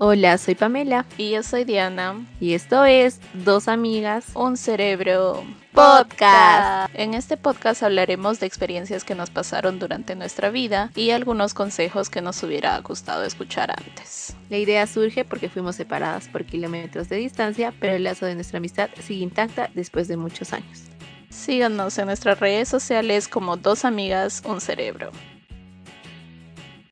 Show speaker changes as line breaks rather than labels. Hola, soy Pamela
Y yo soy Diana,
y esto es Dos Amigas.
un cerebro
Podcast.
En este podcast hablaremos de experiencias que nos pasaron durante nuestra vida y algunos consejos que nos hubiera gustado escuchar antes.
La idea surge porque fuimos separadas por kilómetros de distancia, pero el lazo de nuestra amistad sigue intacta después de muchos años.
Síganos en nuestras redes sociales como Dos Amigas, un Cerebro.